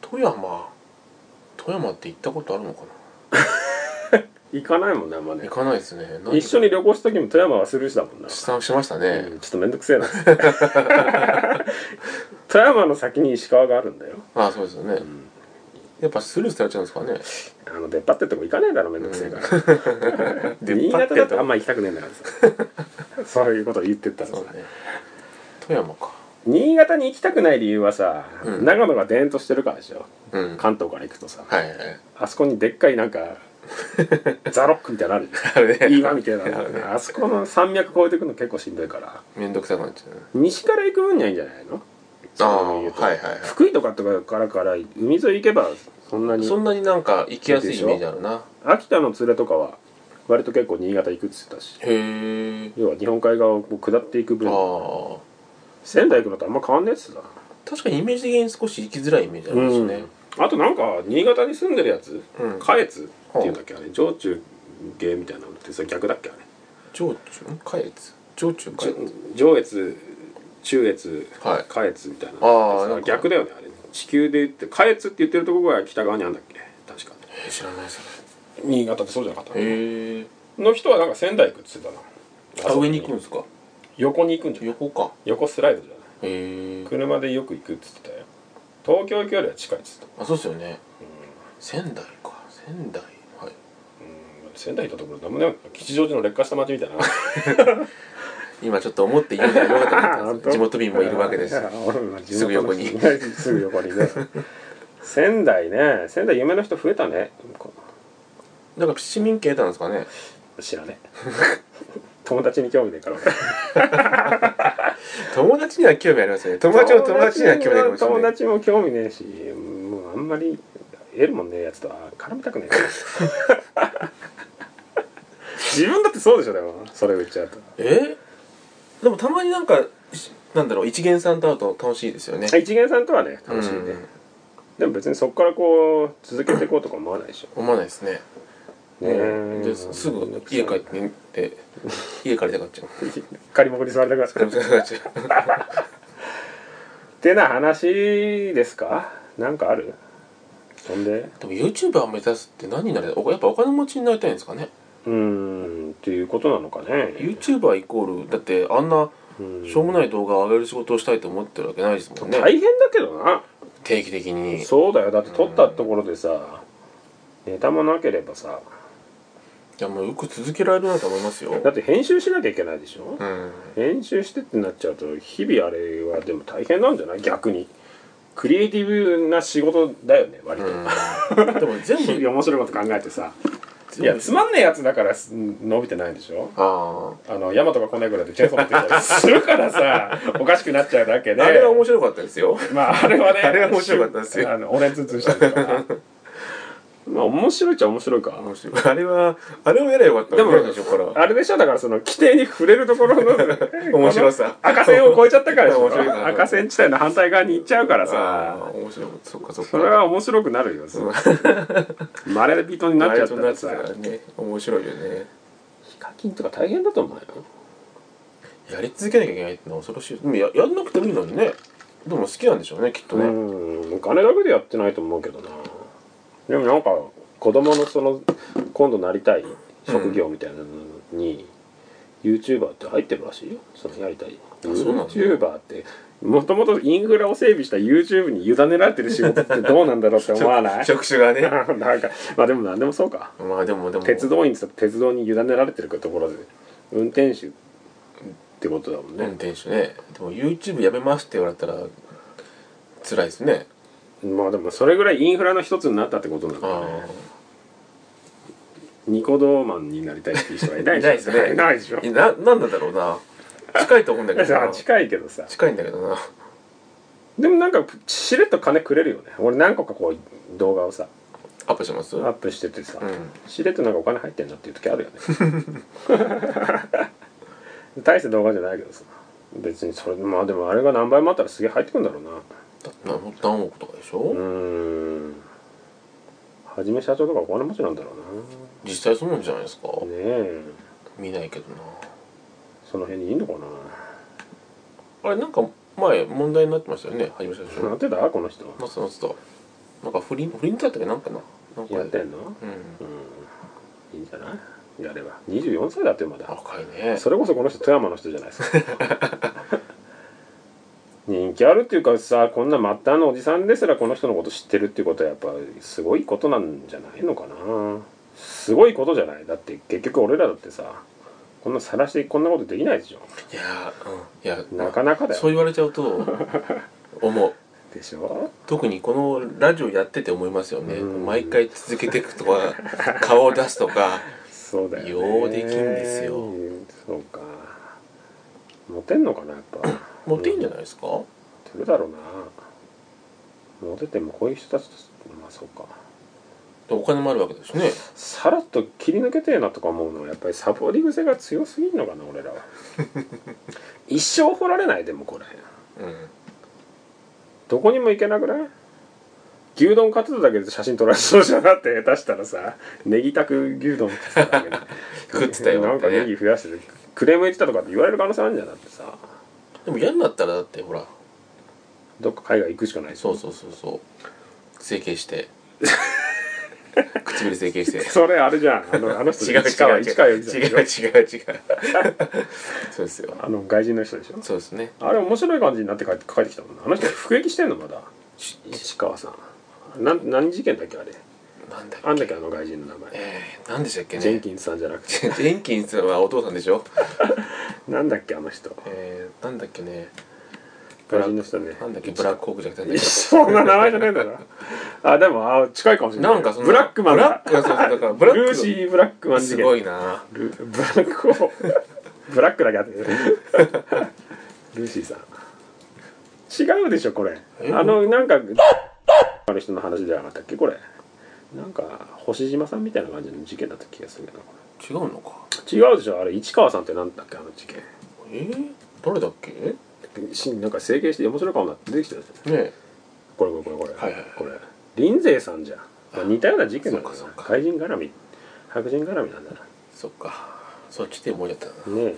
富山富山って行ったことあるのか行かないもんねあんまなね行かないですね一緒に旅行した時も富山はスルーしたもんな、出産しましたねうんちょっと面倒くせえな 富山の先に石川があるんだよああそうですよねやっぱスルーされちゃうんですかねあの出っ張ってるとこ行かねえだろ面倒くせえから、 新潟出っ張ってだるととあんま行きたくねえんだから さそういうことを言ってったらさそうね富山か新潟に行きたくない理由はさ、うん長野がでんとしてるからでしょうん関東から行くとさはいはいあそこにでっかいな んかザロックみたいなのあるじあれ ゃんね岩みた いなのあるじゃんあそこの山脈越えてくの結構しんどいからめんどくさくなっちゃう西から行く分にはいいんじゃないのそういうとはいはいはい福井とかとかからから海沿い行けばそんなにそんなになんか行きやすいイメージあるな秋田の連れとかは割と結構新潟行くっつってたしへえ要は日本海側をこう下っていくあ分あ仙台行くのとあんま変わんねえっつってたな確かにイメージ的に少し行きづらいイメージありますねうん、あとなんか新潟に住んでるやつうん下越っていうんだっけあれ上中芸みたいなのってそれ逆だっけあれ上中下越上中下越上越中越、はい下越みたいなあーさなんか逆だよねあれ地球で言って下越って言ってるとこが北側にあるんだっけ確かえ知らないそ新潟ってそうじゃなかったれへえの人はなんか仙台行くっつってたなあ上に行くんですか横に行くんじゃない横か横スライドじゃないへえ車でよく行くっつってたよ東京行くよりは近いっつってたあそうですよね仙台か仙台はいうん仙台行ったところなんもね吉祥寺の劣化した街みたいな今ちょっと思って言うのがよか ったなと思っ て地元民もいるわけですすすぐ横に すぐ横にね仙台ね仙台夢の人増えたねなんか市民系なんですかね知らねえ友達に興味ねえから俺友達には興味ありますよね友達の友達には興味ありますよ友ね達も興味ねえしもうあんまり得るもんねえやつとは絡みたくねえな自分だってそうでしょでもそれを言っちゃうとえでもたまになんかしなんだろう一元さんと会うと楽しいですよねあ一元さんとはね楽しいね、うんでも別にそこからこう続けていこうとか思わないでしょ思わないですねねえですすぐ家帰って家借りたがっちゃう 仮目に座りたくなっちゃう借りたがっちゃうってな話ですかなんかあるそんででも YouTuber 目指すって何になりたいおやっぱお金持ちになりたいんですかねうーんっていうことなのかね YouTuber イコールだってあんなうんしょうもない動画を上げる仕事をしたいと思ってるわけないですもんね大変だけどな定期的にそうだよだって撮ったところでさ、ネタもなければさいやもうよく続けられるなと思いますよだって編集しなきゃいけないでしょ、 うん編集してってなっちゃうと日々あれはでも大変なんじゃない逆にクリエイティブな仕事だよね割と、うんでも全日部々面白いこと考えてさい全や部つまんねえやつだからす伸びてないんでしょああの山とかこんなぐらいでチェーンソー持ってきたり するからさおかしくなっちゃうだけあであれは面白かったですよま ああれはねあれは面白かったですよあの俺ツンツンしたりとかな まあ面白いっちゃ面白いか面白いあれはあれをやればよかったのにでもね最初からあれでしょだからその規定に触れるところ の面白さ 赤線を越えちゃったからでし面白いかょら赤線地帯の反対側に行っちゃうからあさあ面白いそっかそっそれかは面白くなるよまれビートになっちゃったならっちさゃったからね面白いよねヒカキンとか大変だと思うよやり続けなきゃいけないってのは恐ろしいでもややんなくてもいいのにねでも好きなんでしょうねきっとうねんお金だけでやってないと思うけどなでもなんか子供のその今度なりたい職業みたいなのに、YouTuber って入ってるらしいよそのやりたいそうなんだ YouTuber ってもともとインフラを整備した YouTube に委ねられてる仕事ってどうなんだろうって思わない職種がね なんかまあでも何でもそうかまあでもでも鉄道員って言ったら鉄道に委ねられてるところで運転手ってことだもん運ね、転手ねでも YouTube やめますって言われたら辛いですねまあでもそれぐらいインフラの一つになったってことなんだよねあニコ動マンになりたいっていう人はいあないい ないですねいないでしょいやななんなんだろうな近いと思うんだけどさなあ近いけどさ近いんだけどなでもなんかしれっと金くれるよね俺何個かこう動画をさアップしますアップしててさ、うんしれっとなんかお金入ってんなっていう時あるよね 大した動画じゃないけどさ別にそれまあでもあれが何倍もあったらすげえ入ってくんだろうなな何億とかでしょ、うーんはじめ社長とかお金持ちなんだろう実際そうなんじゃないですか、なねえ見ないけどなその辺にいんのかなあれなんか前問題になってましたよねはじめ最初なんてだこの人松田松田なんか不倫不倫だったっけなんかななんかやってんのうんうんいいんじゃないやれば24歳だってまだ若いねそれこそこの人富山の人じゃないです か人気あるっていうかさこんな末端のおじさんですらこの人のこと知ってるっていうことはやっぱすごいことなんじゃないのかなすごいことじゃないだって結局俺らだってさこんな晒してこんなことできないでしょいやーうんいやなかなかだよそう言われちゃうと思うでしょ特にこのラジオやってて思いますよねうん毎回続けていくとか顔を出すとかそうだよねようできんですよそうかモテんのかなやっぱモテいいんじゃないですか、するだろうなモテてもこういう人たちとまあそうかでお金もあるわけだしねさらっと切り抜けてえなとか思うのはやっぱりサボり癖が強すぎんのかな俺 らは一生掘られないでもこれうんどこにも行けなくない牛丼買ってただけで写真撮られそうじゃなって下手したらさネギたく牛丼食ってただけで食ってたよなんかってねネギ増やしててクレーム言ってたとかって言われる可能性あるんじゃなくてさでも嫌になったらだってほらどっか海外行くしかないでしょ そうそうそうそう整形して唇優劣で形成それあれじゃんあのあの人違う違う違う違う違う違う市川市川由紀さんでしょそうですよあの外人の人でしょそうですねあれ面白い感じになって帰って帰ってきたもんなあの人服役してんのまだし市川さんなん何事件だっけあれなんだっけあんだっけあの外人の名前えー、なんでしたっけね ジェンキンスさんじゃなくて ジェンキンスはお父さんでしょなんだっけあの人えー、なんだっけね外人の人ねなんだっけブラックホークじゃなくてなんだっけそんな名前じゃないん だなあでもあ近いかもしれないなんかそのブラックマンブだラックそうそうだからブブラックラルーシー・ブラックマン事す件ごいなルブラックをブラックだけあってルーシーさん違うでしょこれえあのなんかある人の話じゃなかったっけこれなんか星島さんみたいな感じの事件だった気がするけどこ違うのかれ違うでしょあれ市川さんってなんだっけあの事件えー、誰だっけねしなんか整形して面白い顔になって出てきたじゃんえこれこれこれこれ、はいはいはいこれ林勢さんじゃん、まあ、似たような事件なんだなそうかそうか怪人絡み白人絡みなんだなそっかそっちで思い出たなうねえ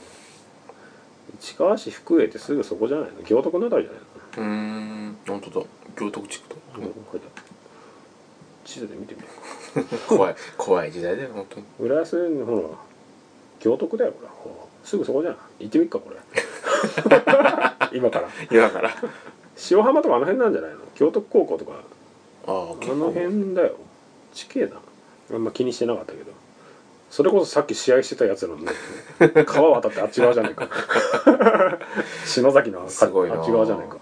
市川市福江ってすぐそこじゃないの行徳のあたりじゃないーん本当だ行徳地区だ、の、うん、これだ地図で見てみよ怖い怖い時代だよ本当にう浦安のほら行徳だよほらこうすぐそこじゃん行ってみっか これ今から今からあ塩浜とかあの辺なんじゃないの行徳高校とかああの辺だよ地形だあんま気にしてなかったけどそれこそさっき試合してたやつなんだよ ね川渡ってあっち側じゃないか篠崎のあすごいなあっち側じゃないか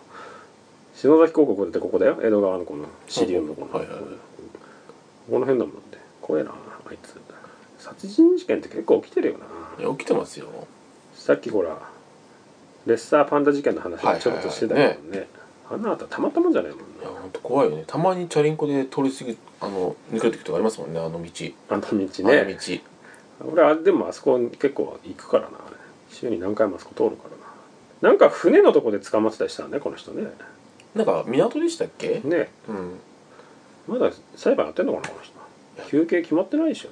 篠崎高校出てここだよ江戸川のこの支流のこの、はいはいはいこの辺だもんね怖えなあいつ殺人事件って結構起きてるよないや起きてますよさっきほらレッサーパンダ事件の話はいはいはいちょっとしてたけどね,、あんなあたたまったもんじゃないもんねいや本当怖いよねたまにチャリンコで通り過ぎあの抜ける時とかありますもんねあの道あの道ねあの道俺はでもあそこ結構行くからなあれ週に何回もあそこ通るからななんか船のとこで捕まってたりしたんねこの人ねなんか港でしたっけねうんまだ裁判やってんのかなこの人休憩決まってないでしょ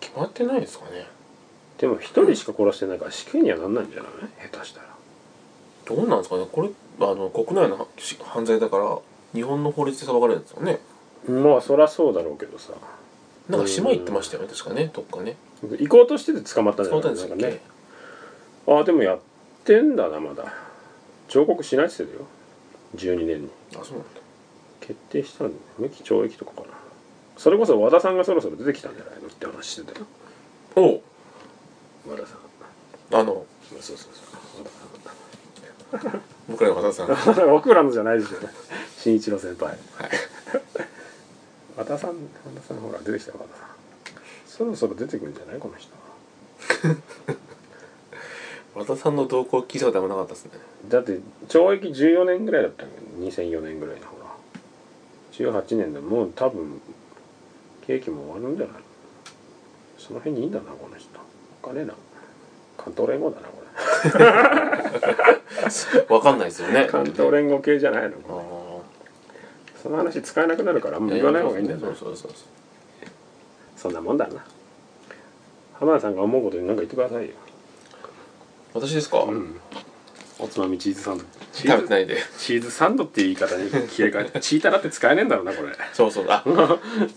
決まってないですかねでも一人しか殺してないから死刑にはなんないんじゃない下手したらどうなんですかねこれあの国内のし犯罪だから日本の法律で裁かれるんですよねまあそりゃそうだろうけどさなんか島行ってましたよね確かねどっかね行こうとしてて捕まったんじゃ使っないたんですなっんけ、かねああでもやってんだなまだ彫刻しないっつってるよ12年にあそうなんだ決定したんだよ無期懲役とかかなそれこそ和田さんがそろそろ出てきたんじゃないのって話してたよおう和田さん あのそうそうそ僕らの和田さんはう僕らのじゃないでしょ新一郎先輩和田さん和田さんほら出てきたよ和田さんそろそろ出てくるんじゃないこの人 和田さんの動向聞いたことあんまなかったですねだって懲役14年ぐらいだったんだけど2004年ぐらいのほら18年でもう多分刑期も終わるんじゃないその辺にいいんだなこの人お金な関東連合だなこれ わかんないですよね関東連合系じゃないのあこーれその話使えなくなるからあんま言わない方がいいんだよそなうそうそうそうそんなもんだな浜田さんが思うことに何か言ってくださいよ私ですか、うんおつまみチーズサンドチ食べてーズないでチーズサンドっていう言い方に切り替 えてチータラって使えねえんだろうなこれそうそう あ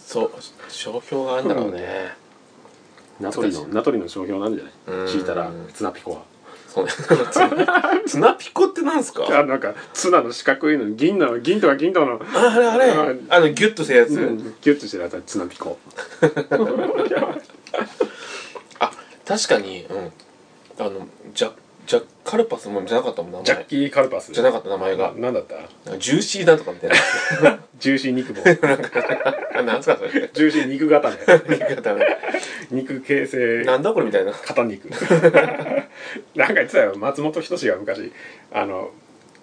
そう商標があるんだろうね、ナトリのナトリの商標なんじゃなういんチータラツナピコはそうね ツナピコってなんすかじゃあなんかツナの四角いの銀の銀とか銀とかのあれあれあのギュッとしたやつ、うんギュッとしてるやつはツナピコあ確かに、うん、あのジャジャカルパスもじゃなかったもん名前ジャッキーカルパスじゃなかった名前がな、なんだったジューシーなんとかみたいな ジューシー肉棒あなんすかそれジューシー肉型ね言い方ね肉形成なんだこれみたいな肩肉 なんか言ってたよ松本人志が昔あの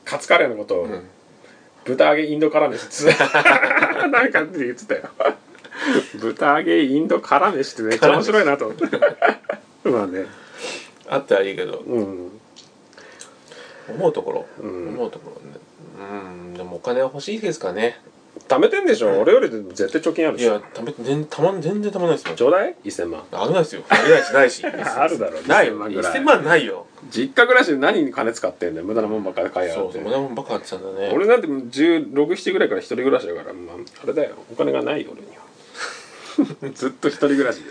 カツカレーのことを、豚揚げインド辛飯っつって なんかって言ってたよ豚揚げインド辛飯ってめっちゃ面白いな と思ってまあねあったらいいけどうん思うところ、うん思うところねうんでもお金は欲しいですかね貯めてんでしょ俺より絶対貯金あるいでしやょため全たまん全然たまんないですもんちょうだい1000万危ないですよ危ないしない しあるだろない1000万ぐら1000い万ないよ実家暮らしで何に金使ってんだよ無駄なもんばっかり買いやがそうっそうて無駄もんばっか買ってたんだね俺なんて1 6 7ぐらいから一人暮らしだから、まあ、あれだよお金がないよ俺には ずっと一人暮らしで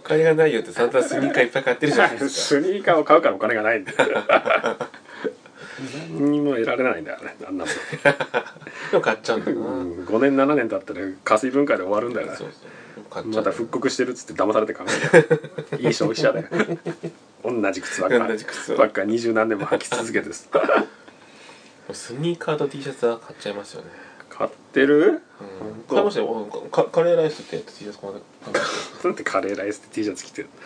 お金がないよって散々スニーカーいっぱい買ってるじゃないです か スニーカーを買うからお金がないん だ何にも得られないんだよねあんなもんでも買っちゃうんだよな、うん5年7年経ったら加水分解で終わるんだよねそうそう買っちゃまうた復刻してるっつって騙されて買うんだよ いい消費者だよ同じ靴ばっか同じ靴をばっか二十何年も履き続けてさスニーカーと T シャツは買っちゃいますよね買ってるうん買いましたよかカレーライスってやつ T シャツ買わなかった なんでカレーライスって T シャツ着てる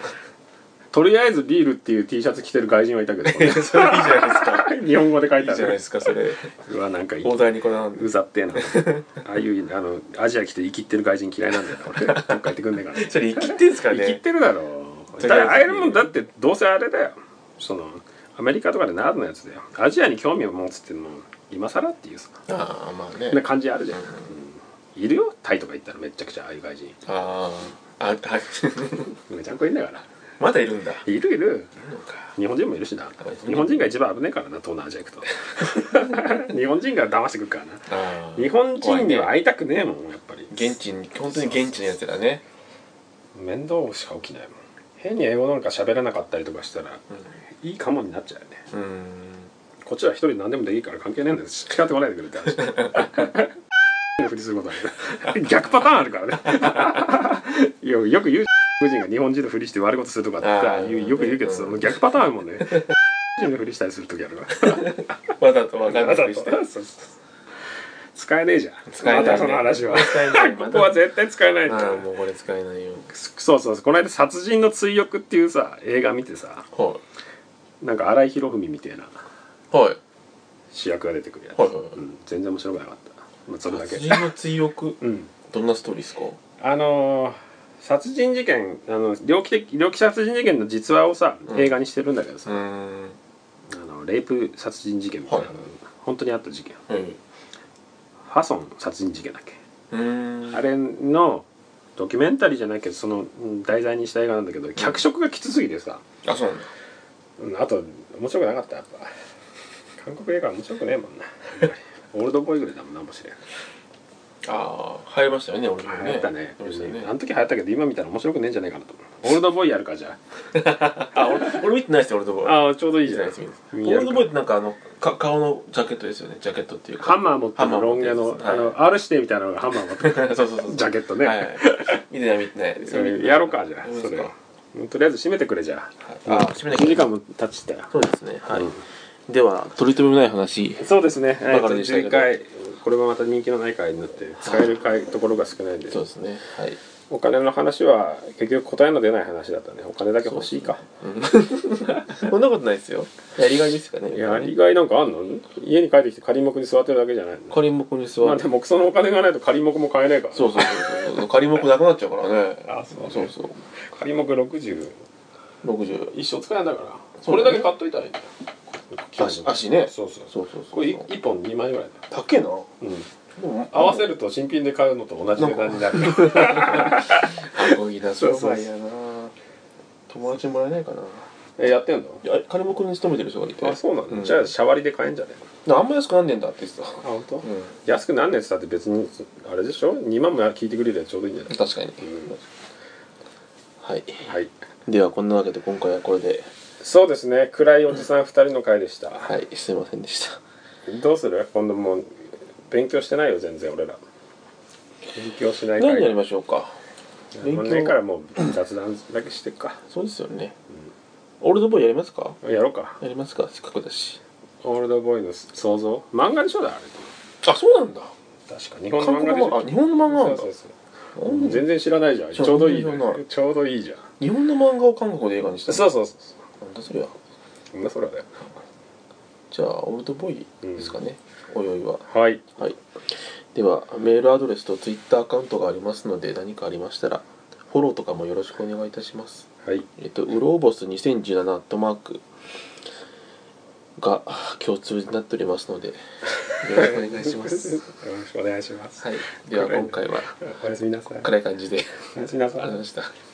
とりあえずビールっていう T シャツ着てる外人はいたけど、ね、それいいじゃないですか 日本語で書いいていあじゃないでるすかそれうわなんかいい大台にこだわるんでうざってえなああいうあのアジア来て生きってる外人嫌い なんだよ俺どっか行ってくんねえからそれ生きてんすか生きっねてるだろとだりあえずああいうもんだってどうせあれだよそのアメリカとかでナードのやつだよアジアに興味を持つっていうのも今更っていうさああまあねな感じあるじゃん、うんいるよタイとか行ったらめっちゃくちゃああいう外人あああはい めちゃんこいんだからまだいるんだいるいるいるのか日本人もいるしなあ日本人が一番危ねえからな東南アジア行くと 日本人が騙してくるからなああ日本人には会いたくねえもんやっぱり現地に本当に現地のやつらね面倒しか起きないもん変に英語なんか喋らなかったりとかしたらいいかもになっちゃうよねうんうんこっちは一人何でもでいいから関係ねえんだよ叱ってこないでくれって話 ふりすることある 逆パターンあるからね よよく言う夫人が日本人のふりして悪いことするとかってあー言うよく言うけど、うんその逆パターンあるもんね 人のふりしたりする時あるからわざとわかんなそうくそしてうそう使えねえじゃん使えないねまたその話は使え ないまこたこは絶対使えないんだああよもうこれ使えないよそうそうそうこの間「殺人の追憶」っていうさ映画見てさはなんか荒井博文みたいないはい主役が出てくるやつ、はいはいはいうん、全然面白くなかった、まあ、それだけ殺人の追憶うんどんなストーリーですかあのー殺人事件あの猟奇的猟奇殺人事件の実話をさうん映画にしてるんだけどさ、うんあのレイプ殺人事件みたいな、はい本当にあった事件はいファソン殺人事件だっけうんあれのドキュメンタリーじゃないけどそのうん題材にした映画なんだけど脚色がきつすぎてさ、あそうなんだうんあと面白くなかったやっぱ韓国映画は面白くねえもん なやっぱりオールドボーイぐらいだもんなもしれんああ流行りましたよね俺もね流行ったね流行りましたあよのね時流行ったけど今見たら面白くねえんじゃないかなと思うオールドボーイやるかじゃあ俺俺見てないですよ俺のとこああーちょうどいいいいじじゃゃなないいでですすかかオールドボーイってなんかあのか顔のジャケットですよねジャケットっていうか ハンマー持ってハるロン毛のあハンマー持っての R 指定みたいなのがハンマー持ってる るやつはいそうそうそうジャケットねはい見てない見てないそれ見てないやろうかじゃあそうでそすれかうんとりあえず閉めてくれじゃはいあーあ閉めなきゃ2時間も経ちたよそうですねはい、うんでは取り留めもない話そうですね、えだー、かとらでしたけど11回これもまた人気のない回になって使える回ところが少ないんでそうですね はいお金の話は結局答えの出ない話だったねお金だけ欲しいか、そんなことないですよやりがいですかねやりがいなんかあんの家に帰ってきて仮木に座ってるだけじゃないの仮木に座まあってでもそのお金がないと仮木も買えないからそうそうそうそう仮木なくなっちゃうからねあそうねそうそう仮木60 60一生使えないからそうこねれだけ買っといたらいいんだよ足足ねそうそうそうそうそうこれ1本2万円ぐらいだよ、高えなうん、でも合わせると新品で買うのと同じ値段になる 箱木だそ商うそうそう売やな友達もらえないかなえやってんのいや金木に勤めてる人がいてあそうなの、んじゃあシャワリで買えんじゃねあんま安くなんねえんだって言ってあ本当、た安くなんねえって言ったって別にあれでしょ2万も聞いてくれりゃちょうどいいんじゃない確かにはいはいではこんなわけで今回はこれでそうですね暗いおじさん2人の回でしたはいすいませんでしたどうする今度もう勉強してないよ全然俺ら勉強しない何やり回ましょうか勉も強うねからもう雑談だけしてっかそうですよねオールドボーイやりますかやろうかやりますかせっかくだしオールドボーイの想像漫画でしょだあれあそうなんだ確か日本の韓漫国画で漫し画ょあ日本の漫画なんだそうそうそううん全然知らないじゃんちそうょうどいいね全然知らないちょうどいいじゃん日本の漫画を韓国で映画にしたそううそうそうなんだそりゃそんな空だよじゃあオールドボーイですかねおよいははいはい、ではメールアドレスとツイッターアカウントがありますので何かありましたらフォローとかもよろしくお願いいたしますはいえっとうろうぼす2017アットマークが共通になっておりますのでよろしくお願いしま すよろしくお願いしますはいでは今回はおやすみなさい暗い感じで おやすみなさありがとうございいました